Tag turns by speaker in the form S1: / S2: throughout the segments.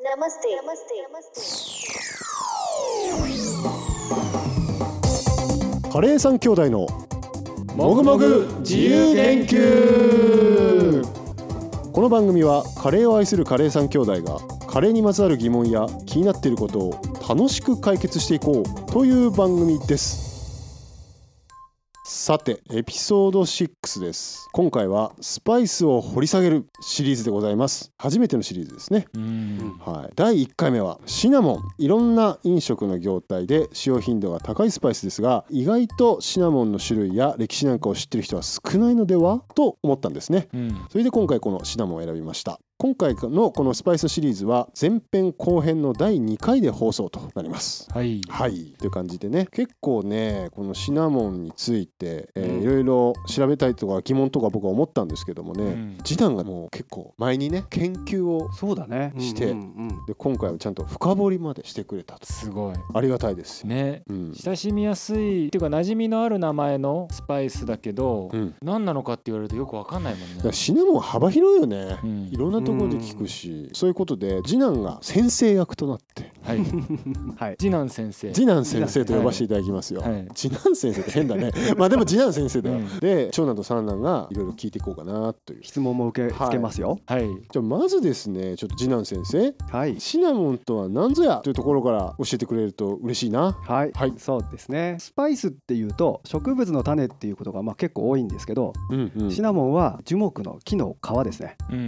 S1: नमस्ते नमस्ते नमस्ते
S2: カレー三兄弟の
S3: もぐもぐ自由研究
S2: この番組はカレーを愛するカレー三兄弟がカレーにまつわる疑問や気になっていることを楽しく解決していこうという番組ですさてエピソード6です今回はスパイスを掘り下げるシリーズでございます初めてのシリーズですね
S3: うん
S2: はい、第1回目はシナモンいろんな飲食の業態で使用頻度が高いスパイスですが意外とシナモンの種類や歴史なんかを知ってる人は少ないのではと思ったんですね
S3: うん
S2: それで今回このシナモンを選びました今回のこのスパイスシリーズは前編後編の第2回で放送となります
S3: はい
S2: はいという感じでね結構ねこのシナモンについて、えー
S3: うん
S2: いろいろ調べたいとか疑問とか僕は思ったんですけどもね、
S3: うん
S2: 次男がもう結構前にね研究を
S3: そうだね
S2: して
S4: うんうんうん
S2: で今回はちゃんと深掘りまでしてくれたと
S3: すごい
S2: ありがたいですよ、
S3: ね
S2: うん
S3: 親しみやすいっていうか馴染みのある名前のスパイスだけど
S2: うん、だ
S3: 何なのかって言われるとよくわかんないもん
S2: から
S3: ね
S2: シナモン幅広いよね、
S3: うん
S2: いろんなところで聞くし、そういうことで次男が先生役となって
S3: はい
S4: はい
S3: 次男先生
S2: 次男先生と呼ばせていただきますよ、
S3: はい
S2: 次男先生って変だね まあでも次男先生だよ、
S3: うん
S2: で長男と三男がいろいろ聞いていこうかなというじ
S4: 質問も受け
S2: はい
S4: 付けますよ
S3: はい
S2: ゃあまずですねちょっと次男先生
S4: はい
S2: シナモンとは何ぞやというところから教えてくれると嬉しいな
S4: はい、
S2: はい
S4: そうですねスパイスっていうと植物の種っていうことがまあ結構多いんですけど、
S2: うんうん
S4: シナモンは樹木の木の皮ですね
S3: うんう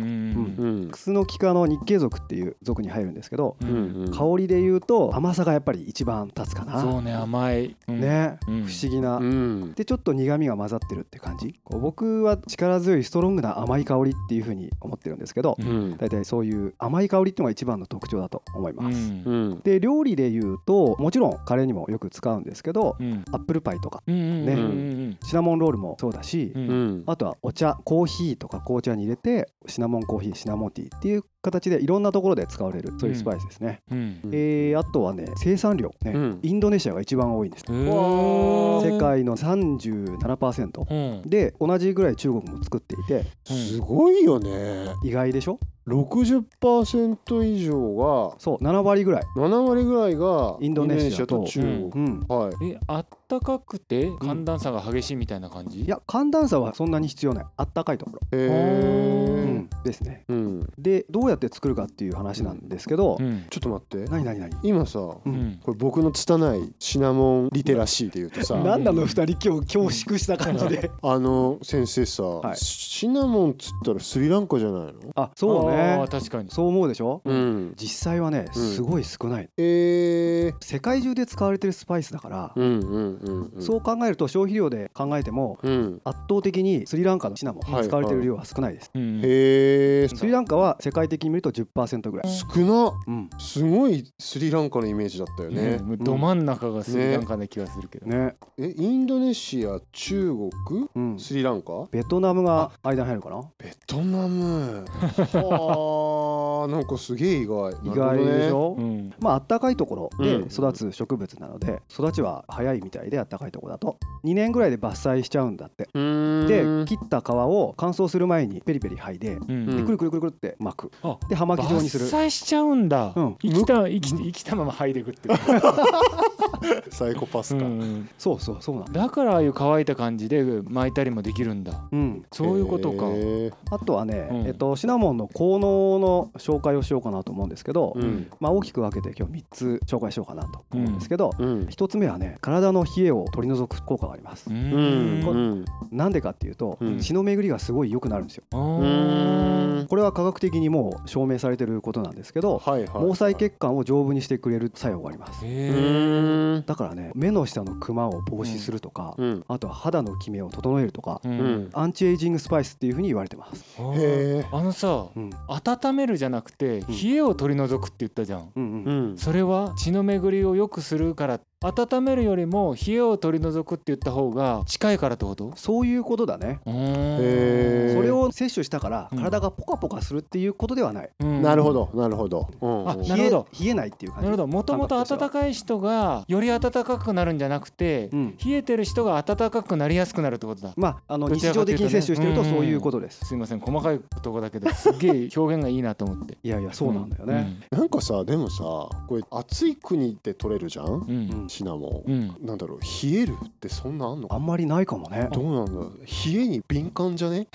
S3: ん
S2: うん
S4: クスノキ科の日系属っていう属に入るんですけど、
S3: う
S2: うんん
S3: う
S2: う
S3: ん
S2: ん
S4: 香りで言うと甘さがやっぱり一番立つかな
S3: そうね甘いうん
S4: ね、
S3: うん
S4: 不思議な、
S2: うん
S4: でちょっと苦味が混ざってるって感じこう僕は力強いストロングな甘い香りっていう風に思ってるんですけど、
S3: う
S2: うん
S4: 大体そういう甘い香りっていうのが一番の特徴だと思いうます、
S3: ん
S2: うん
S4: で料理で言うともちろんカレーにもよく使うんですけど
S3: うん
S4: アップルパイとか
S3: うんうん
S4: ね
S3: うん
S4: シナモンロールもそうだし、
S3: うんうん
S2: うん
S4: あとはお茶コーヒーとか紅茶に入れてシナモンコーヒーシナモンティーっていう形でいろんなところで使われるそういうスパイスですね、
S3: うん
S2: うん
S4: えーあとはね生産量ね、
S2: うん
S4: インドネシアが一番多いんです、
S3: うん
S2: わ
S4: 世界の37%
S3: うん
S4: で同じぐらい中国も作っていて
S2: すごいよね
S4: 意外でしょ
S2: 60%以上が
S4: そう7割ぐらい、
S2: 7割ぐらいが
S4: インドネシアと
S2: インドネシ中
S4: う
S2: 国
S4: ん、
S2: はい
S3: えあったかくて寒暖差が激しいみたいな感じ
S4: いや寒暖差はそんなに必要ないあったかいところ、
S2: へ
S4: う
S2: え
S4: ん、ですね
S2: うん
S4: でどうやって作るかっていう話なんですけど、
S3: うん
S2: ちょっと待って
S4: 何何何
S2: 今さこ
S3: う
S4: うん
S2: れ僕の拙いシナモンリテラシーで言うとさ
S3: な
S4: 何なの二人今日恐縮した感じで
S2: あの先生さ、
S4: い
S2: シナモンっつったらスリランカじゃないの
S4: あそう
S3: あ
S4: ね
S3: ー確かに
S4: そう思うでしょ、
S2: うん
S4: 実際はね
S2: うん
S4: すごい少ない、
S2: えー、
S4: 世界中で使われてるスパイスだから、
S2: うんうんうんうん
S4: そう考えると消費量で考えても
S2: うん
S4: 圧倒的にスリランカのシナモ
S2: は
S4: ン
S2: い
S4: 使われてる量は少ないです、
S3: うん
S2: へえ
S3: い
S4: スリランカは世界的に見ると10%ぐらい、
S2: 少な
S4: うん
S2: すごいスリランカのイメージだったよね、
S3: うんど真ん中がスリランカな気がするけど
S4: ね
S2: えインドネシア中国
S4: うん、
S2: スリランカ
S4: ベトナムが間に入るかな
S2: ベトナムはあなんかすげえ意外
S4: 意外でし
S2: なるほどね
S4: ょ、
S3: うん
S4: まああったかいところで
S2: うん
S4: 育つ植物なので育ちは早いみたいであったかいところだと2年ぐらいで伐採しちゃうんだって
S2: うー
S4: で
S2: ん
S4: 切った皮を乾燥する前にペリペリ剥いで
S3: う
S2: うんん
S4: くるくるくるくるって巻く
S3: あ
S4: で葉巻状にする
S3: 伐採しちゃうんだ
S4: うん
S3: 生きた生き生きたまま剥いでくってこと
S2: サイコパス
S3: う
S2: か、
S3: ん
S4: そうそうそうなんだ
S3: だからああいう乾いた感じで巻いたりもできるんだ
S4: うん、
S3: そういうことか
S2: へー
S4: あとはね、
S3: うん
S4: えっと、シナモンの効能の紹介をしようかなと思うんですけど、
S2: うん
S4: まあ、大きく分けて今日3つ紹介しようかなと思うんですけど、
S2: うん
S4: 1つ目はね体の冷えを取り除く効果があります
S3: う、
S2: うんんうん
S4: なんでかっていうと、
S2: うん
S4: 血の巡りがすごい良くなるんですよ
S3: あ
S2: うー
S3: ー
S2: ん
S4: これは科学的にもう証明されてることなんですけど、
S2: はいはいはい
S4: 毛細血管を丈夫にしてくれる作用があります
S2: う
S3: へえ
S2: ーん
S4: だからね目の下のクマを防止するとか、
S2: うん
S4: あとは肌のキメを整えるとか、
S3: う
S2: うんん
S4: アンチエイジングスパイスっていうふうに言われてます、
S3: あー
S2: へえ
S3: あのさ
S4: うん
S3: 温めるじゃなくて
S4: ん
S3: 冷えを取り除くって言ったじゃん
S4: うんうん
S2: うん
S3: それは血の巡りを良くするからっ温めるよりも冷えを取り除くって言った方が近いからってこと
S4: そういうことだね
S3: う
S2: へ
S3: ー
S2: ー
S3: ん
S4: それを摂取したから
S3: うん
S4: 体がポカポカするっていうことではない、
S3: うん
S2: なるほどなるほど、うん
S3: あ
S4: 冷
S3: なる
S4: え
S3: ほど
S4: 冷えないっていう感
S3: なる
S4: じ
S3: ほどもともと暖かい人がより暖かくなるんじゃなくて
S4: うん、
S3: 冷えてる人が暖かくなりやすくなるってことだ
S4: まああの
S3: どち
S4: 日
S3: らか
S4: 常
S3: という
S4: 的
S3: とね
S4: に摂取してると
S3: うん
S4: そういうことです、
S3: すいません細かいとこだけですっげえ表現がいいなと思って
S4: いやいやそうなんだよね、
S2: なんかさでもさこれ暑い国で取れるじゃん
S3: うんう
S4: うんん
S2: シナモ
S3: う
S2: ン、
S3: ん
S2: なんだろう冷えるってそんなあんの
S4: あ
S2: か
S4: んまりないかもね
S2: どうなんだろう冷えに敏感じゃね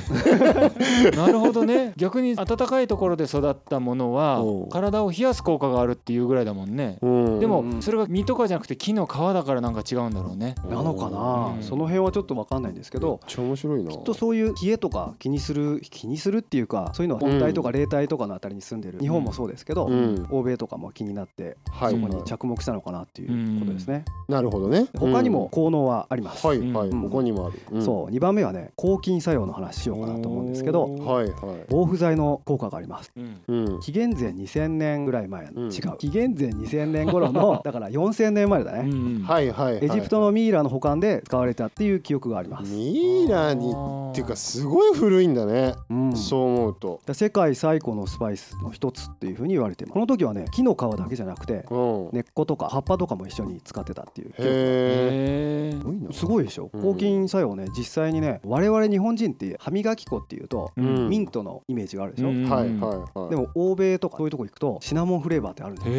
S3: なるほどね逆に暖かいところで育ったものは
S2: おう
S3: 体を冷やす効果があるっていうぐらいだもんね
S2: うん
S3: で
S4: うん
S3: もそれが実とかじゃなくて木の皮だからなんか違うんだろうね
S4: なのかな、
S3: うん
S4: その辺はちょっと分かんないんですけ
S2: めっ
S4: ど、
S2: ちゃ面白いな
S4: きっとそういう冷えとか気にする気にするっていうかそういうのは温帯とか冷帯とかのあたりに住んでる、日本もそうですけど、
S2: うん
S4: 欧米とかも気になって
S2: はい
S3: そ
S4: ここに着目したのかなっていうことですね、
S2: なるほどね
S4: 他にも、効能はあります、
S2: うんはいはい、
S4: うん
S2: 他にもある、うん
S4: そう2番目はね抗菌作用の話しようかなと思うんですけど
S2: はいはい
S4: 防腐剤の効果があります
S3: うん
S2: うん
S4: 紀元前2000年ぐらい前の、
S2: うん
S4: 違う紀元前2000年 頃のだから4000年前だね、
S3: うん
S2: はいはいはい
S4: エジプトのミイラの保管で使われたっていう記憶があります、
S2: ミイラにっていうかすごい古いんだね、
S4: うん
S2: そう思うと
S4: だ世界最古のスパイスの一つっていうふうに言われてますこの時はね木の皮だけじゃなくて
S2: うん、
S4: 根っことか葉っぱとかも一緒に使ってたっていう記憶
S2: へえ
S3: へえ
S2: すごいな
S4: すごいでしょ
S2: うん
S4: 抗菌作用ね実際にね我々日本人って歯磨き粉っていうと
S2: うん
S4: ミントのイメージがあるでしょ、
S3: うん
S2: はいはいはい
S4: でも欧米とかそういうとこ行くとシナモンフレーバーってあるんですよ
S3: へ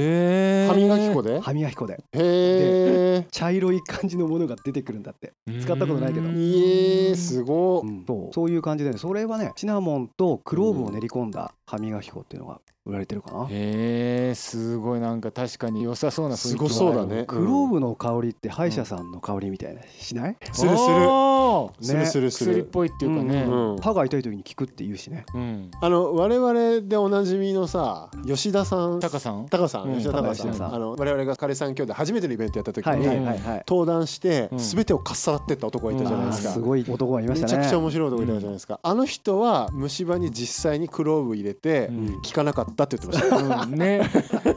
S3: え
S2: 歯磨き粉
S3: で
S2: で
S4: 歯磨き粉で
S2: へえ
S4: 茶色い感じのものが出てくるんだって、使ったことないけど
S2: いえすご
S4: うんそうそういう感じでねそれはねシナモンとクローブを練り込んだ歯磨き粉っていうのが売られてるかな、
S3: へえすごいなんか確かに良さそうな雰囲気
S2: すごそうだね
S4: クローブの香りって歯医者さんの香りみたいなしない、
S2: するする
S3: あー
S2: するするす
S3: 薬っ
S2: る
S3: ぽいっていうかね
S2: うん
S4: 歯が痛い時に効くって言うしね
S3: うん
S2: あの我々でおなじみのさ吉田さん
S3: タカさん
S2: 高さ
S3: うん
S2: ん吉田高さ
S4: 高
S2: ん
S4: 橋さん
S2: あの我々がカレーさん兄弟初めてのイベントやった時
S4: はいはい
S2: に
S4: はいはい
S2: 登壇して
S3: うん
S2: 全てをかっさらってった男がいたじゃない
S4: あー
S2: ですか
S4: すごい男がいま
S2: め
S4: し
S2: ち
S4: た
S2: ゃくちゃ
S4: ね
S2: 面白い男いたじゃないですかあの人は虫歯に実際にクローブ入れて
S3: うん
S2: 効かなかったって言ってました
S3: うんね、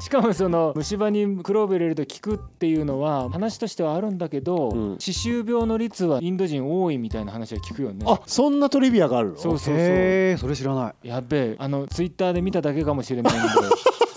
S3: しかもその虫歯にクローブ入れると効くっていうのは話としてはあるんだけど、
S2: うん
S3: 歯周病の率はインド人多いみたいな話は聞くよね
S2: あそんなトリビアがあるの
S3: そうそうそう
S4: へえそれ知らない
S3: やっべえあのツイッターで見ただけかもしれないんで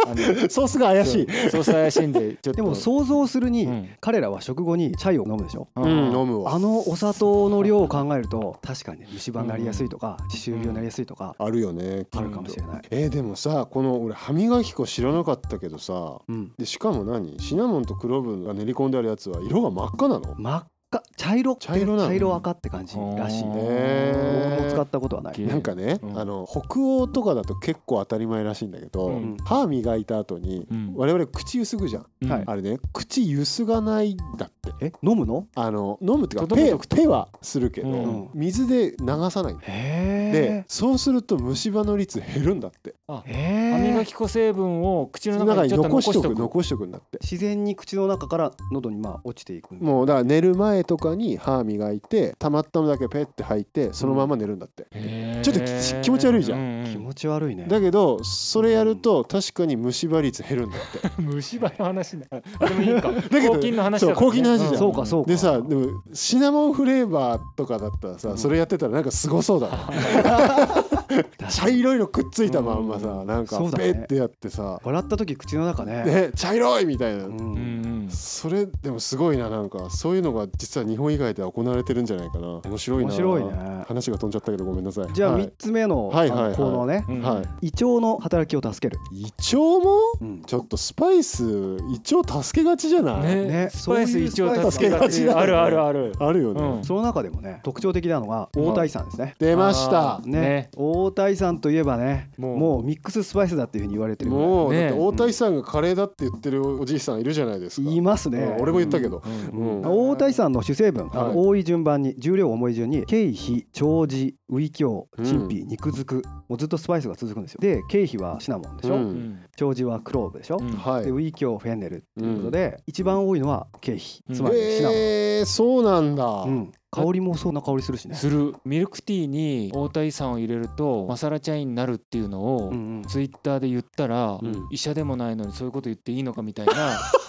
S3: あの
S2: ソースが怪しい
S3: そうそう怪しいんでちょっと
S4: でも想像するに、
S3: うん
S4: 彼らは食後にチャイを飲むでしょ
S3: う
S2: うん
S3: ん
S2: 飲むわ
S4: あのお砂糖の量を考えると確かに虫歯になりやすいとか歯周病になりやすいとか
S2: あるよね
S4: あるかもしれない、
S2: えーでもさこの俺歯磨き粉知らなかったけどさ
S4: うん、
S2: でしかも何シナモンとクローブが練り込んであるやつは色が真っ赤なの
S4: 真っ赤茶色って
S2: 茶色なの
S4: 茶色赤って感じらしい
S3: うん
S4: 僕
S2: へ
S4: も
S2: ー
S4: 使ったことはない
S3: うん
S2: なんかね、
S3: うん
S2: あの北欧とかだと結構当たり前らしいんだけど、
S3: うん
S2: 歯磨いた後に
S3: うん
S2: 我々口ゆすぐじゃん、
S3: うん
S4: はい
S2: あれね口ゆすがないんだって
S4: え飲むの
S2: あの飲むっていうか
S3: 届け
S2: ペ
S3: とくと
S2: ペはするけど、
S3: うん
S2: 水で流さないで
S4: へ
S2: そうすると虫歯の率減るんだって
S3: あ
S4: えへ
S3: 歯磨
S4: え
S3: き粉成分を口の
S2: 中
S3: 中
S2: に
S3: にちょっと
S2: 残
S3: 残
S2: し
S3: し
S2: と
S3: と
S2: く
S3: く
S2: 残しとくんだって
S4: 自然に口の中から喉にまあ落ちていく
S2: もうだから寝る前とかに歯磨いてたまったのだけペッて吐いてそのまま寝るんだって、
S3: へー
S2: ちょっとき気持ち悪いじゃん
S3: うう
S4: 気持ち悪いね
S2: だけどそれやると確かに虫歯率減るんだって
S3: 虫歯の話だあでもいいか
S2: けど
S3: 抗菌の話だから
S2: そう
S3: ね
S2: 抗菌の話じゃん
S4: そうかそうか
S2: でさでもシナモンフレーバーとかだったらさ、それやってたらなんかすごそうだ な茶色いのくっついたまんまさ、なんか
S4: そうだ
S2: ペ
S4: ね
S2: ッてやってさ、
S4: 笑った時口の中ね
S2: ね、茶色いみたいな、
S4: うん
S3: うんうん
S2: それでもすごいななんかそういうのが実は日本以外では行われてるんじゃないかな面白いな
S4: 面白いね
S2: 話が飛んじゃったけどごめんなさい
S4: じゃあ
S2: は
S4: 3
S2: い、
S4: つ目のあ
S2: はいはい
S4: の
S2: はい
S4: 効能ね
S3: うん
S2: はい
S4: 胃腸の働きを助ける
S2: 胃腸も
S4: うん
S2: ちょっとスパイス胃腸助けがちじゃない、
S3: ね
S4: ね
S3: スパイス一
S4: そうい
S3: 応
S4: う
S3: 助けが
S2: スパイス助けがち
S3: ち
S2: だ
S3: あるあるある
S2: あるよね、
S3: うん
S4: その中でもね特徴的なのが大谷さんですね
S2: 出ました
S3: あー
S4: ね
S3: ね
S4: 大谷さんといえばね
S3: もう
S4: もうミックススパイスだっていうふうに言われてるぐらい
S2: もう、
S3: ね
S2: だって大谷さんがカレーだって言ってるおじいさんいるじゃないですか。
S4: 言いますね
S2: うん俺も言ったけど。
S3: うん
S2: うん
S4: まあ大谷さんの主成分、
S2: はい
S4: 多い順番に重量重い順に経費長寿胃鏡陳皮肉づくもうずっとスパイスが続くんですよで経費はシナモンでしょ、
S2: う
S3: うんん
S4: 長寿はクローブでしょ、
S3: うん
S2: はい
S4: で。ウイキョウフェンネルっていうことで、一番多いのは経費
S3: うん
S4: つまりシナモン、
S2: えー、そうなんだ。
S4: うん香りもそうな香りするしね
S3: するミルクティーに太田遺産を入れるとマサラチャイになるっていうのを、
S4: うんうん
S3: ツイッターで言ったら、
S2: うん
S3: 医者でもないのにそういうこと言っていいのかみたいな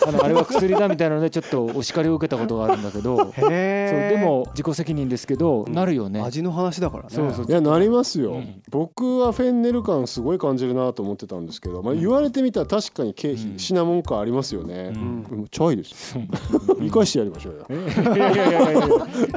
S3: あのあれは薬だみたいなのでちょっとお叱りを受けたことがあるんだけどそ
S4: へ
S3: う
S4: え
S3: でも自己責任ですけど、
S4: うん
S3: なるよね。
S4: 味の話だからね
S3: そうそう
S2: いやなりますよ、
S3: うん
S2: 僕はフェンネル感すごい感じるなと思ってたんですけど、まあ、
S3: うん
S2: 言われてみたら確かに経費、
S3: うん
S2: シナモン感ありますよね
S3: う、
S4: ん
S2: うん、チャイですよ生かしてやりましょうよ
S3: えいやいやいやいや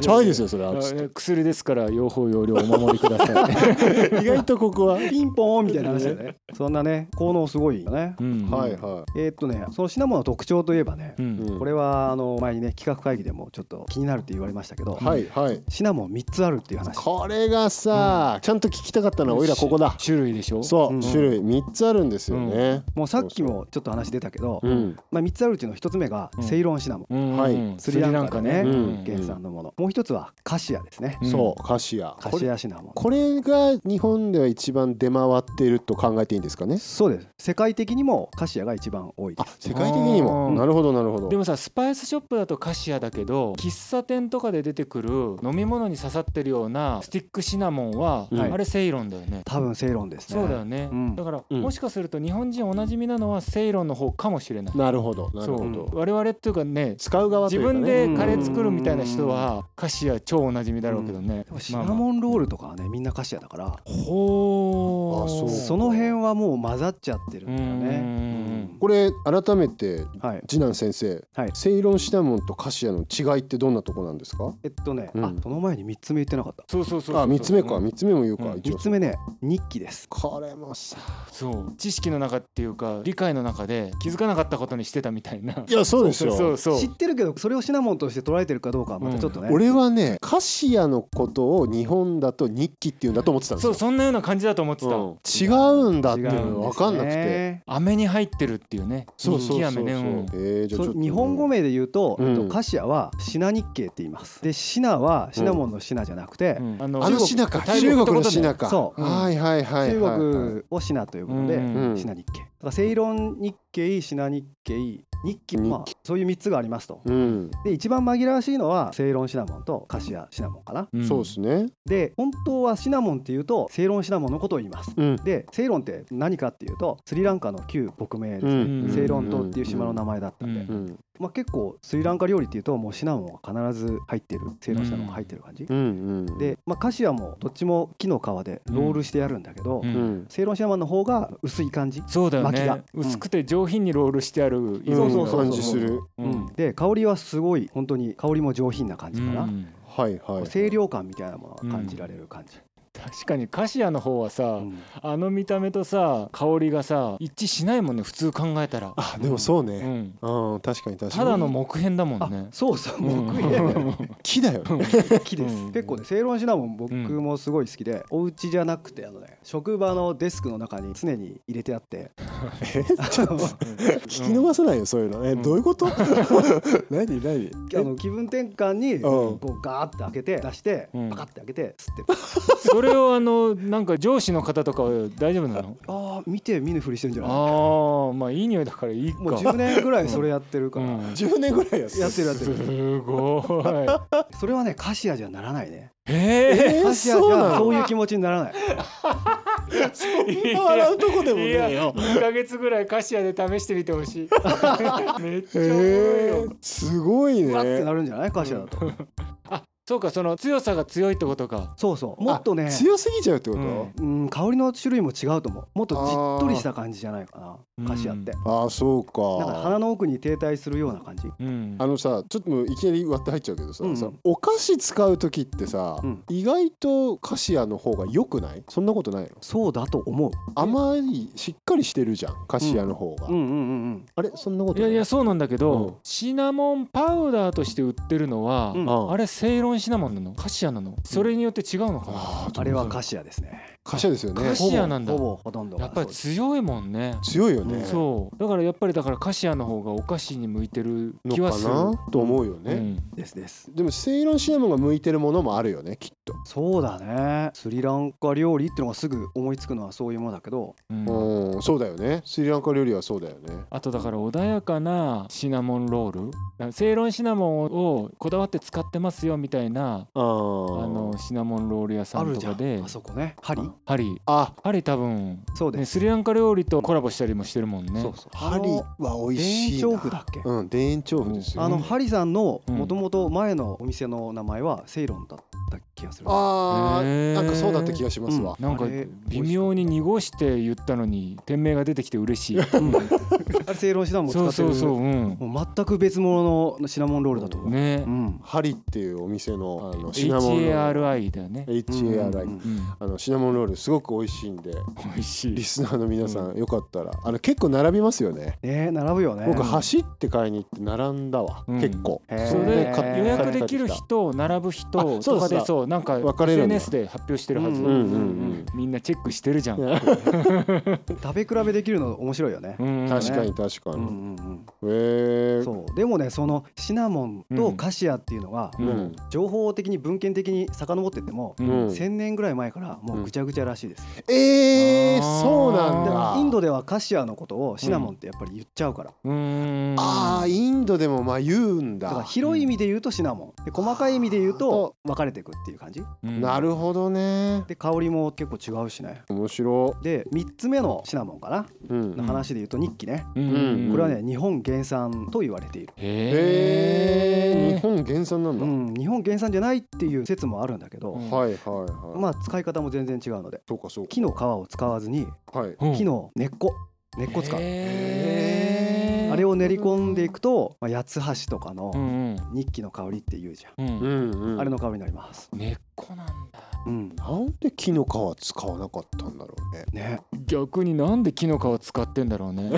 S2: チャイですよそれはつって
S3: あ薬ですから用法用量お守りください。
S2: 意外とここは、
S4: ピンポーンみたいな話だよねそんなね効能すごいよね
S3: うん
S2: はいは
S4: えーっとねそのシナモンの特徴といえばね
S3: う
S2: い、
S3: ん
S2: うん
S4: これはあの前にね企画会議でもちょっと気になるって言われましたけど
S2: はいはい
S4: シナモン3つあるっていう話
S2: これがさ、ちゃんと聞きたかったのはおいらここだ
S3: 種類でしょ
S2: そう、
S4: うん
S2: 種類3つあるんですよね、
S4: もうさっきもちょっと話出たけど
S2: うん
S4: まあ3つあるうちの1つ目が
S3: うん
S4: セイロンシナモン
S3: うん
S2: はい
S3: うん
S4: スリランカね
S3: スリラ
S2: うん
S4: 原産のものもう一つはカシアですね
S3: うん
S2: そうカシア
S4: カシアシナモン
S2: これが日本では一番出回っていると考えていいんですかね
S4: そうです世界的にもカシアが一番多いで
S2: あ
S4: す
S2: 世界的に
S3: あ
S2: も
S3: ー
S2: なるほどなるほど
S3: でもさスパイスショップだとカシアだけど喫茶店とかで出てくる飲み物に刺さってるようなスティックシナモンは、
S2: はい
S3: あれセイロンだよね。
S4: 多分セイロンですね
S3: そうだよね、
S4: うん
S3: だから、
S2: うん
S3: もしかすると日本人おなじみなのはセイロンの方かもしれない。
S2: なるほどなるほ
S3: そう
S2: ど、
S3: 我々っていうかね
S2: 使う側とい
S3: 自
S2: うか、ね、
S3: 分でカレー作るみたいな人はカシア超おなじみだろうけどね
S4: で。もシナモ
S3: ン
S4: ンロールとかはねみんなカシアだから
S3: ほー
S2: あそう
S4: その辺はもう混ざっちゃってるんだよね
S3: うん
S2: これ改めて
S4: うんはい
S2: 次男先生、
S4: はい
S2: セイロンシナモンとカシアの違いってどんなとこなんですか
S4: えっとね、
S2: うん
S4: あその前に3つ目言ってなかった
S3: そうそうそうそう
S2: あ三つ目か三つ目も言うか、
S3: うん
S2: 一応
S4: 3つ目ね日記です
S2: これもさ
S3: そう知識の中っていうか理解の中で気づかなかったことにしてたみたいない
S2: やそうですよ
S3: そうそう
S4: 知
S3: そう
S4: ってるけどそれをシナモンとして捉えてるかどうかはまたちょっとね、
S2: 俺はねカシアのことを日本だと日記っていうんだと思ってたんです
S3: そう
S2: よ
S3: そんなような感じだと思ってた、
S2: うん違うんだっていう
S4: 違
S2: のが
S4: うで
S2: 分
S4: す
S2: かんなくて
S4: ね
S3: 飴に入ってるっていうね
S2: そうそうそうそう、
S3: 日記飴ねうん
S2: えーじゃあちょっ
S4: そ
S2: と
S4: う日本語名で言うと、
S2: うん
S4: えっとカシアはシナ日経って言いますでシナはシナモンのシナじゃなくて、
S3: うんあの
S2: あの
S3: 中国
S2: シナか
S3: 大
S2: 中国の
S3: ってことね
S2: シナか
S4: そう
S3: うん
S2: はいはいはいはいはい
S4: 中国をシナと呼ぶので、
S3: うん
S2: うん
S4: シナ日経だからセイロン日経シナ日経日記、まあ、そういう3つがありますと
S2: うん、
S4: で一番紛らわしいのはセイロンシナモンとカシアシナモンかな
S3: うん
S2: そうですね
S4: で本当はシナモンっていうとセイロンシナモンのことを言います
S2: うん
S4: でセイロンって何かっていうとスリランカの旧国名です、
S3: うん
S4: セイロン島っていう島の名前だったんで、
S3: うん
S2: うん
S4: まあ、結構スリランカ料理っていうともうシナモンが必ず入ってるセイロンシナモンが入ってる感じ、
S2: うんうん
S4: で、まあ、カシアもどっちも木の皮でロールしてやるんだけど、
S3: うん
S2: うん
S4: セイロンシナモンの方が薄い感じ、
S3: そうだよ
S4: 巻きが
S3: ね薄くて上品にロールしてある色
S2: う
S3: 々
S2: ん
S4: そうそうそう
S2: 感じする
S3: うん
S4: で香りはすごい本当に香りも上品な感じかな、
S3: うん
S2: はいはいはい
S4: 清涼感みたいなものが感じられる感じ、
S3: 確かにカシアの方はさ、
S4: うん
S3: あの見た目とさ香りがさ一致しないもんね普通考えたら、
S2: あでもそう
S3: う
S2: ね、
S3: ん、
S2: うん、確かに確かに
S3: ただの木片だも
S4: あ
S3: んね
S4: そうそう
S3: うん
S4: 僕家で
S2: 木だよね
S4: 木です、
S3: うん
S4: 結構ねセイロンシナモン僕もすごい好きで、お家じゃなくてあのね職場のデスクの中に常に入れてあって あの
S2: 聞き逃さないよそういうのえ、
S3: うん
S2: どういうこと何何
S4: あの気分転換に
S2: うん
S4: こうガーって開けて出して、
S3: うん
S4: パカッて開けて吸ってる
S3: それをあのなんか上司の方とかは大丈夫なの
S4: ああ見て見ぬふりしてんじゃない
S3: ああまあいい匂いだからいいか
S4: もう10年ぐらいそれやってるか
S3: う
S4: ら、
S3: ん
S2: 10年ぐらいや
S4: やってるやって る
S3: すごい
S4: それはねカシアじゃならないね
S3: え
S2: えー
S4: カシアじ
S2: そうな
S4: ゃ
S2: の
S4: そういう気持ちにならない
S3: ー、
S2: 笑うとこでもね
S3: い
S2: え
S3: や
S2: よ
S3: 1ヶ月ぐらいカシアで試してみてほし いめっちゃおもろい
S2: え
S3: よ、
S2: ー、すごいね
S4: うわってなるんじゃないカシアだと、
S3: あそうかその強さが強いってことか
S4: そうそうもっとね
S2: あ強すぎちゃうってこと、
S3: うん
S4: うん香りの種類も違うと思うもっとじっとりした感じじゃないか
S3: あー
S4: なカシアって、
S2: ああそう
S4: なんか
S2: か
S4: 鼻の奥に停滞するような感じ
S3: うん
S2: あのさちょっともういきなり割って入っちゃうけどさ,、
S4: うんうん
S2: さお菓子使う時ってさ、
S4: うん
S2: 意外とカシアの方が良くないそんなことないの
S4: そうだと思う
S2: 甘いしっかりしてるじゃんカシアの方が、
S4: うんうんうん
S2: あれそんなこと
S3: い
S2: な
S3: や
S2: い
S3: いやそうなんだけど、
S2: うん
S3: シナモンパウダーとして売ってるのは、
S4: うん
S2: あ
S3: あれセイロンシナモンなのカシアなのそれによって違うのかな、
S2: あー
S4: あれはカシアですね
S2: カシアですよね
S3: カシアなんだ
S4: ほぼほとんどが
S3: やっぱり
S4: そうです
S3: 強いもんね
S2: 強いよね
S3: そうだからやっぱりだから菓子屋の方がお菓子に向いてる
S2: の
S3: 気はする
S2: かなと思うよ
S3: う
S2: ね、
S3: ん
S4: ですです
S2: でもセイロンシナモンが向いてるものもあるよねきっと、
S4: そうだねスリランカ料理ってのがすぐ思いつくのはそういうものだけど
S3: うん
S2: うん、そうだよねスリランカ料理はそうだよね
S3: あとだから穏やかなシナモンロールセイロンシナモンをこだわって使ってますよみたいな
S2: あ
S3: あ
S2: の
S3: のシナモンロール屋さ
S4: あ
S3: ん
S4: る
S3: と
S4: じゃ
S3: かで
S4: んあそこねハリ
S3: ハリ
S2: あ
S3: ハリ多分、
S4: そうで
S3: ね、
S4: す、
S3: スリランカ料理とコラボしたりもしてるもんね
S4: そうそう
S2: ハリは美味
S4: 田
S2: しい
S4: 園
S2: な
S4: 調布だっけ
S2: うん田園調布ですよ
S4: あのハリさんの
S3: うん
S4: もともと前のお店の名前はセイロンだった気がする
S2: あ
S3: へ
S2: ー
S3: ー
S2: なんかそうだった気がしますわ、
S3: なんか
S4: あれ
S3: 微妙に濁して言ったのに店名が出てきて嬉 しい
S4: うんあれセイロンシナモン使
S3: そう
S4: って
S3: そ
S4: る
S3: うそううん
S4: もう全く別物のシナモンロールだと思う、
S3: ね
S4: うん
S2: ハリっていうお店のあのシナモンロール
S3: HARI だよね
S2: HARI、
S4: うん
S3: うん
S2: あのシナモンロールすごく美味しいんで
S3: 美味し
S2: リスナーの皆さんよかったらあの結構並びますよね
S4: ね並ぶよね
S2: 僕走って買いに行って並んだわ、
S3: うん
S2: 結構
S4: へー
S3: それで
S2: 買っ
S3: 予約
S2: 買った
S3: で
S2: り
S3: きる
S2: した
S3: 人並ぶ人
S2: あそうだ
S3: と
S2: そ
S3: か
S2: う
S3: で
S2: だ
S3: そうなんか
S2: 分かれるんだ
S3: SNS で発表してるはず
S4: うん
S2: うんうん
S3: みんなチェックしてるじゃん、
S2: ね
S4: 食べ比べできるの面白いよね、
S3: うん
S2: 確かに確か
S4: う
S2: に、
S4: んうんうん
S2: へえ
S4: そうでもねそのシナモンとカシアっていうのは、
S3: うん
S2: うん
S4: 情報的に文献的に遡ってっても、
S3: う
S2: うん
S3: ん
S4: 1000年ぐらい前からもうぐちゃぐちゃらしいです、
S2: えー、
S3: あー
S2: そうなん
S4: だか
S2: だ
S4: らインドではカシアのことをシナモンってやっぱり言っちゃうから、
S3: うん
S2: あーインドでもまあ言うん
S4: だから
S2: だ
S4: 広い意味で言うとシナモンで細かい意味で言うと分かれていくっていう感じ
S3: うん
S2: なるほどね
S4: で香りも結構違うしね
S2: 面白
S4: で3つ目のシナモンかな、
S2: い、うん
S4: の話で言うと日記ね
S3: うん
S2: うん
S4: これはね日本原産と言われている、
S2: へえ日
S3: へえ
S2: 本原産なんだ、
S4: うん、日本原産じゃないっていう説もあるんだけど、
S2: はいはいはい、
S4: まあ使い方も全然違うので
S2: そうかそうか
S4: 木の皮を使わずに
S2: はい
S4: 木の根っこ根っこ使う
S3: へー
S4: あれを練り込んでいくと、まあ、八つ橋とかの
S3: うん
S4: 日記の香りっていうじゃ
S3: う
S4: ん、
S3: ん
S2: う
S3: うん
S2: んうん
S4: あれの香りになります、
S3: 根っこなんだ
S4: うん、
S2: なんで木の皮使わなかったんだろうね
S4: ね
S3: 逆になんで木の皮使ってんだろう ね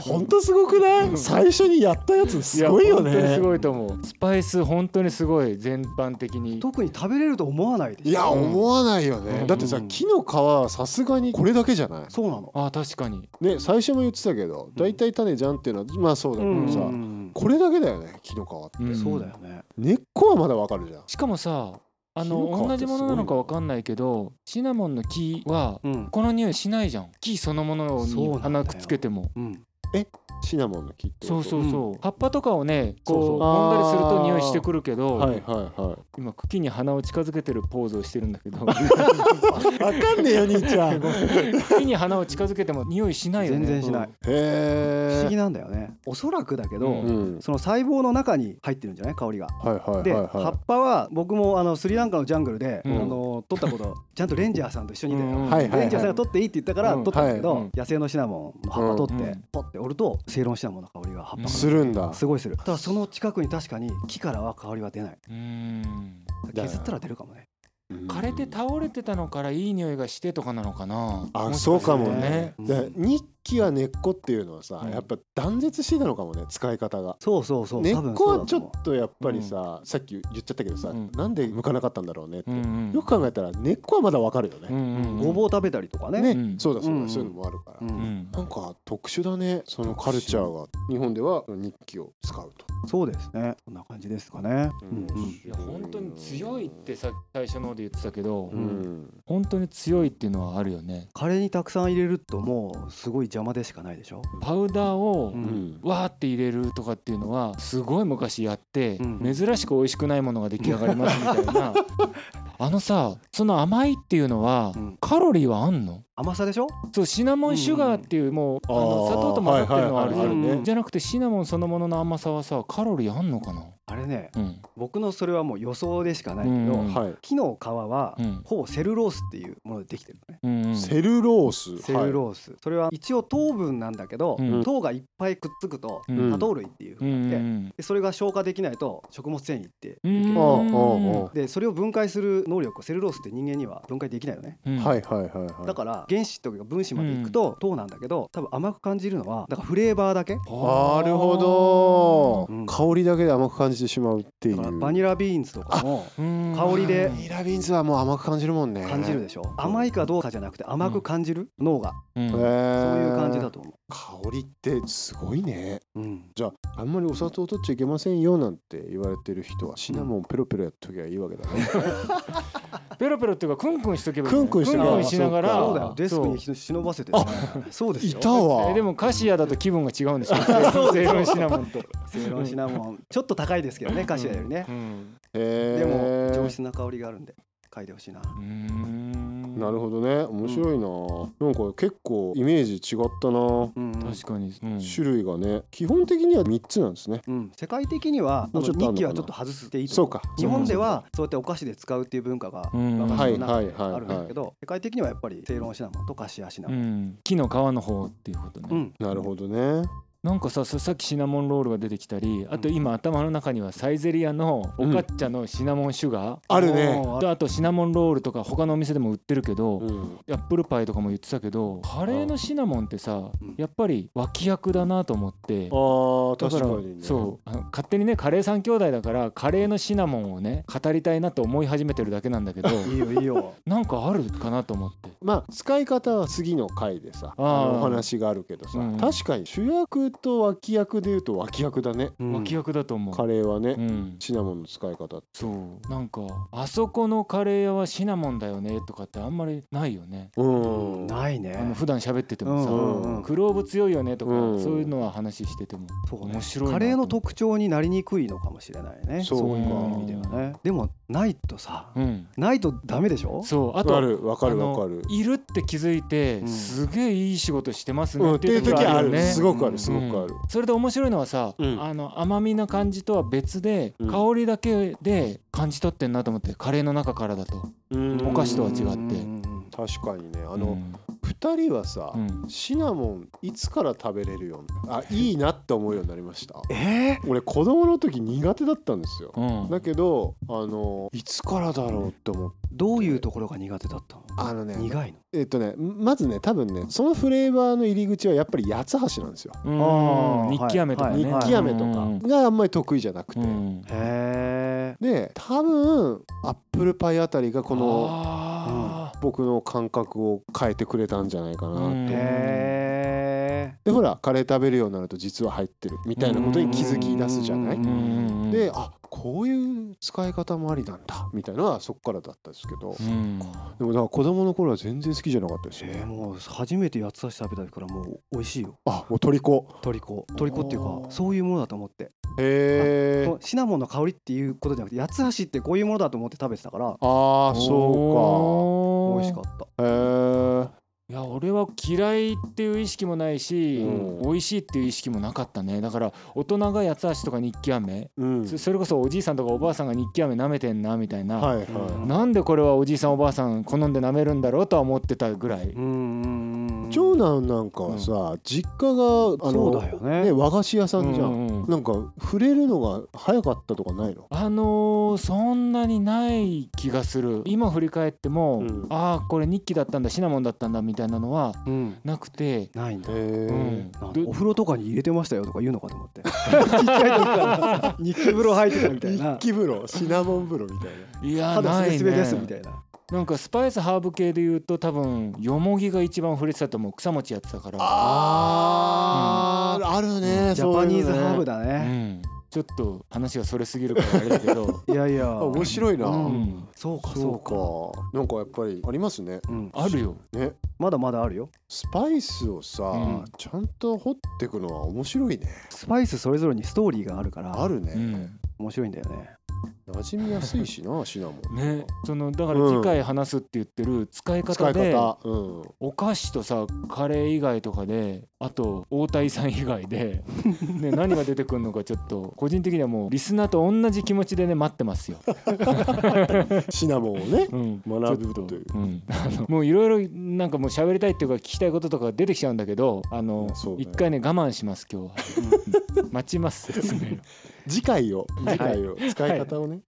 S2: 本当すごくない最初にやったやつすごいよ
S3: や本当に
S2: ね
S3: すごいと思うスパイス本当にすごい全般的に
S4: 特に食べれると思わないでしょ
S2: いや思わないよね、
S3: うん
S2: だってさ木の皮はさすがにこれだけじゃない
S4: そうなの
S3: あ確かに
S2: ね最初も言ってたけど大体種じゃんっていうのはまあそうだけ
S3: ん
S2: どさ、
S4: うん
S2: これだけだよね木の皮って、
S3: うん
S4: そうだよね
S2: 根っこはまだわかるじゃん
S3: しかもさあ
S2: 木の皮
S3: の
S2: って
S3: 同じものなのかわかんないけどシナモンの木は
S4: うん
S3: この匂いしないじゃん木そのもの
S4: そうなんだ
S3: に
S4: よ
S3: 鼻くっつけても
S4: うん
S2: シナモンの木って
S3: そ
S2: こ
S3: う
S2: と
S3: そうそう、葉っぱとかをね
S4: そう
S3: こ
S4: そう
S3: う揉んだりすると匂いしてくるけど、
S2: はいはいはい
S3: 今茎に鼻を近づけてるポーズをしてるんだけど
S2: わかんねえよ兄ちゃん。
S3: 茎に鼻を近づけても匂いしないよね
S4: 全然しない不
S2: へ
S4: 思議
S2: え。
S4: なんだよねおそらくだけど、
S3: うん
S2: ん。
S4: その細胞の中に入ってるんじゃない香りが
S2: はいはい
S4: で、
S2: はい
S4: 葉
S2: は
S4: っぱは僕もあのスリランカのジャングルで、
S3: うん
S4: あの取ったことちゃんとレンジャーさんと一緒にいたよ、
S3: うん
S2: はいはいはい
S4: レンジャーさんが取っていいって言ったから
S3: うん
S4: 取ったんだけど、
S3: はいうん
S4: 野生のシナモンの葉っぱ取って、
S3: うん
S4: ポッて折るとセイロンシナモンの香りが葉っぱ
S3: う
S2: い。
S3: ん
S2: するんだ。
S4: すごいするただその近くに確かに木からは香りは出ない
S3: うん
S2: だよ
S4: 削ったら出るかもね
S3: 枯れて倒れてたのからいい匂いがしてとかなのか
S2: あ
S3: なししたら
S2: そうかも
S4: ね
S2: だから日記は根っこっていうのはさ
S3: うん
S2: やっぱ断絶してたのかもね使い方が。
S4: そうそうそう
S2: 根っ
S4: 多分
S2: こ
S4: そう
S2: は
S4: だ
S2: ち
S4: と
S2: ょ
S4: 思う
S2: っとやっぱりささっき言っちゃったけどさ
S3: うん
S2: なんで向かなかったんだろうねって
S3: うんうん
S2: よく考えたら根っこはまだわかるよ
S3: う
S2: ね。
S3: んうん
S4: ごぼう食べたりとかね
S3: う
S2: ね
S3: ん
S2: そうだそう
S4: うんう
S2: だ
S4: ん
S2: そういうのもあるか
S4: う
S2: ら。
S3: うんん
S2: なんか特殊だねそのカルチャーが日本では日記を使うと。
S4: そうですねそんな感じですかね、うんうん
S3: いや本当に強いってさ最初の方で言ってたけど、
S2: うん。
S3: 本当に強いっていうのはあるよね
S4: カレーにたくさん入れるともうすごい邪魔でしかないでしょ、
S3: パウダーを
S4: うん
S3: わーって入れるとかっていうのはすごい昔やって、
S4: うん
S3: 珍しく美味しくないものが出来上がりますみたいなあのさその甘いっていうのは、
S4: うん
S3: カロリーはあんの
S4: 甘さでしょ
S3: そうシナモンシュガーっていう、もうあの
S2: あー
S3: 砂糖と混ざってるのはあるじゃん、
S2: はいはい
S4: はいはい
S3: じゃなくてシナモンそのものの甘さはさカロリーあんのかな
S4: あれね
S3: うん
S4: 僕のそれはもう予想でしかないけど、
S3: うん
S2: はい。
S4: 木の皮は、
S3: うん
S4: ほぼセルロースっていうものでできてるのね
S3: うんうん
S2: セルロース。
S4: セルロース、それは一応糖分なんだけど、
S3: うん
S4: 糖がいっぱいくっつくと
S3: うん
S4: 多糖類っていう
S3: う
S4: 風になっ
S3: ん
S4: て、
S3: うん
S4: でそれが消化できないと食物繊維って
S3: うん
S2: はい。ああああ。
S4: でそれを分解する能力セルロースって人間には分解できないよね
S3: うん
S2: はいはいはいはい。
S4: だから原子とか分子までいくと糖なんだけど多分甘く感じるのはだからフレーバーだけ
S2: なるほど、
S4: うん
S2: 香りだけで甘く感じじてしまうってい
S4: だ
S2: う
S4: から
S2: バ
S4: バニラビーンズとかも香
S3: 香
S4: りで
S2: ニラビーンズはもう甘く感じるもんね
S4: 感じるでしょ甘いかどうかじゃなくて甘く感じる脳が
S2: へ
S4: そう
S2: ー
S4: いう感じだと思
S2: 香りってすごいね
S4: ううん
S2: じゃああんまりお砂糖取っちゃいけませんよなんて言われてる人はシナモンペロペロやっときゃいいわけだね
S3: ペロペロっていうかクンクンしとけばいい
S2: クンクンしとけば
S3: しながら
S2: あ
S4: そうだよデスクに
S3: そ
S4: 忍ばせてねそうです
S2: い
S4: よ
S2: た
S3: うえ
S2: わ
S3: でもカシアだと気分が違うんですよセイロンシナモンと
S4: セイロンシナモンちょっと高いですけどねカシアよりね
S3: うん
S4: で
S2: で
S4: も上質な香りがあるんで嗅いでほしいな
S3: うーん
S2: なるほどね面白いな、なんか結構イメージ違ったな、
S4: うんうん
S3: 確かに、うん
S2: 種類がね基本的には3つなんですね
S4: うん、世界的には
S2: もうちょっとあんのかな
S4: 日記はちょっと外していいと
S2: そうか
S4: 日本ではそうやってお菓子で使うっていう文化が
S3: うん
S4: 和菓子の中
S2: はいは
S4: で
S2: いはいはい
S4: あるんだけど世界的にはやっぱりセイロンシナモンとカシアシナ
S3: う
S4: モン、
S3: ん、木の皮の方っていうことね、
S4: うん
S2: なるほどね
S3: なんかさささっきシナモンロールが出てきたりあと今頭の中にはサイゼリアの
S2: う
S3: お
S2: ん
S3: 抹茶のシナモンシュガー、
S2: あるね、
S4: おー
S3: とあとシナモンロールとか他のお店でも売ってるけど、
S2: うん、
S3: アップルパイとかも言ってたけどカレーのシナモンってさ
S4: うん
S3: やっぱり脇役だなと思って
S2: あ。ー
S3: だ
S2: 確
S3: から
S2: かにね
S3: そうあの勝手にねカレー三兄弟だからカレーのシナモンをね語りたいなと思い始めてるだけなん だけど
S4: いいよいいよ
S3: なんかあるかなと思って
S2: まあ使い方は次の回でさ
S3: あー
S2: あのお話があるけどさ、
S3: うん
S2: 確かに主役と脇役でいうと脇役だね、
S3: 脇役だと思
S2: カ
S3: う、
S2: レーはね、
S3: うん、
S2: シナモンの使い方
S3: そうなんかあそこのカレー屋はシナモンだよねとかってあんまりないよね
S2: うん
S4: ない
S3: あの
S4: ね
S3: 普段喋っててもさ、
S2: うんうんうん
S3: クローブ強いよねとか、
S2: うん
S3: そういうのは話してても
S4: そうね
S3: 面白いな
S4: カレーの特徴になりにくいのかもしれないね
S2: そ
S4: そうういう意味ではねでもないとさ、
S3: うん
S4: ないとダメでしょ
S3: そうあ
S2: わか
S3: と
S2: るわかるわか
S3: あ
S2: る
S3: のいるって気づいて、
S4: うん
S3: すげえいい仕事してます
S2: うん
S3: ね
S2: っ
S3: ってて
S2: い
S3: いうう
S2: 時
S3: 時
S2: あ
S3: あ
S2: る
S3: るよね、
S2: すごくあ
S4: う
S2: る
S4: ん
S2: すごくある、
S3: それで面白いのはさ、
S2: うん
S3: あの甘みな感じとは別で、
S2: うん
S3: 香りだけで感じ取ってんなと思ってカレーの中からだと
S2: うん
S3: お菓子とは違って
S4: うんうん
S2: 確かにねあ
S3: あ
S2: の、二人はさ、
S3: うんうん
S2: シナモンいつから食べれるようにあいいなって思うようになりました
S4: え
S2: 俺子供の時苦手だったんですよ
S3: うん
S2: だけどあのいつからだろうって思って
S4: どういうところが苦手だったの
S2: あのね
S4: 苦いの
S2: えっとねまずね多分ねそのフレーバーの入り口はやっぱり八つ橋なんですよ
S3: うん
S4: あー
S3: 日記飴とかね、
S4: はいはい
S2: 日記飴とか
S3: うん
S2: があんまり得意じゃなくて、
S3: うん
S4: へえ
S2: で多分アップルパイあたりがこの
S3: あ
S2: 僕の感覚を変えてくれたんじゃないかな、
S3: ーうん
S4: へ
S2: でほらカレー食べるようになると実は入ってるみたいなことに気づき出すじゃない
S3: うんうんうん
S2: であこういう使い方もありなんだみたいなのはそこからだったんですけど
S3: うん
S2: でもなんか子供の頃は全然好きじゃなかったです
S4: え
S2: ね
S4: もう初めて八つ橋食べた時からもう美味しいよ
S2: あもう虜
S4: トリコトリコっていう
S2: お
S4: か
S2: ー
S4: そういうものだと思って
S2: へ
S4: こ
S2: え
S4: のシナモンの香りっていうことじゃなくて八つ橋ってこういうものだと思って食べてたから
S2: ああそ
S4: 美
S3: おー
S4: 味しかった
S2: うかへえ
S3: いや俺は嫌いっていう意識もないし、
S2: うん
S3: 美味しいっていう意識もなかったねだから大人が八つ橋とか日記飴、
S2: うん
S3: そそれこそおじいさんとかおばあさんが日記飴舐めてんなみたいな、
S2: はい
S4: うん
S2: は
S3: なんでこれはおじいさんおばあさん好んで舐めるんだろうとは思ってたぐらい、
S4: うんうんうん
S2: い長男なんかはさ実家があ
S4: そう
S2: の
S4: だよね
S2: ね和菓子屋さんじゃ
S3: うんんうん
S2: なんか触れるのが早かったとかないの
S3: あのーそんなにない気がする今振り返っても、
S2: うん
S3: ああこれ日記だったんだシナモンだったんだみたいなのは
S4: うん
S3: なくて、
S4: ないんだ
S2: へ
S3: う
S2: え
S3: ん
S4: なんか
S3: ど
S4: お風呂とかに入れてましたよとか言うのかと思っ てちっちゃい時から日記風呂入ってたみたいな
S2: 日記風呂シナモン風呂みたいない
S3: や
S4: 肌
S3: な
S4: す
S3: いね
S4: べすべですみたいな
S3: なんかスパイスハーブ系で言うと多分よもぎが一番触れてたと思う草餅やってたから、
S2: あーあるね
S4: ジャパニーズハーブ
S2: だ
S4: だ
S3: う
S4: ね、
S3: ん、ちょっと話がそれすぎるからあれだけど
S4: いやいや
S2: 面白いな
S4: うん
S3: うん、
S4: そうか
S2: そ
S4: そううか
S2: かなんかやっぱりありますね
S4: うん
S3: あるよ
S2: ね
S4: まだまだあるよ
S2: スパイスをさ、
S3: うん
S2: ちゃんと掘ってくのは面白いね
S4: スパイスそれぞれにストーリーがあるから
S2: あるね、
S3: うん
S4: 面白いんだよね
S2: 馴染みやすいしなシナモン
S3: ね、そのだから
S2: うん
S3: 次回話すって言ってる使い
S2: 使
S3: 方
S2: い
S3: で
S2: 方、 うん、
S3: お菓子とさカレー以外とかであと大谷さん以 外で、ね、何が出てくるのかちょっと個人的にはもうリスナーと同じ気持ちでね待ってますよ。
S2: シナモンをね
S3: うん
S2: 学ぶという
S3: ちょっうん、 あのもういろいろなんかもう喋りたいっていうか聞きたいこととか出てきちゃうんだけどあの
S2: うんそうだよ
S3: 一、回ね我慢します 今日はうん待ちます説明
S2: 次回を次回を、使い方をね、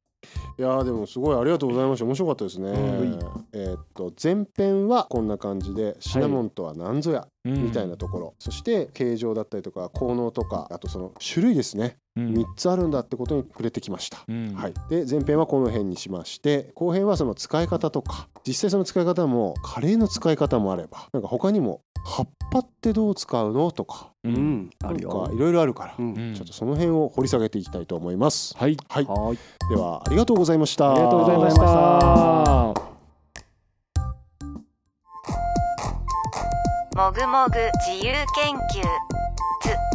S2: いやーでもすごいありがとうございました面白かったですね、
S4: うん
S2: えーっと前編はこんな感じでシナモンとは何ぞや
S3: み
S2: みたいなところ、そして形状だったりとか効能とかあとその種類ですね、3つあるんだってことに触れてきました。はい、で前編はこの辺にしまして後編はその使い方とか実際その使い方もカレーの使い方もあればなんか他にも葉っぱってどう使うのとか
S3: う
S4: うんん、ある
S2: なん
S4: よ
S2: かい。ろいろあるから、
S4: うん
S2: ちょっとその辺を掘り下げていきたいと思います。
S3: はい
S2: はい、
S4: はい。
S2: ではありがとうございました。
S3: ありがとうございまし
S4: ありがとうございました
S1: もぐもぐ自由研究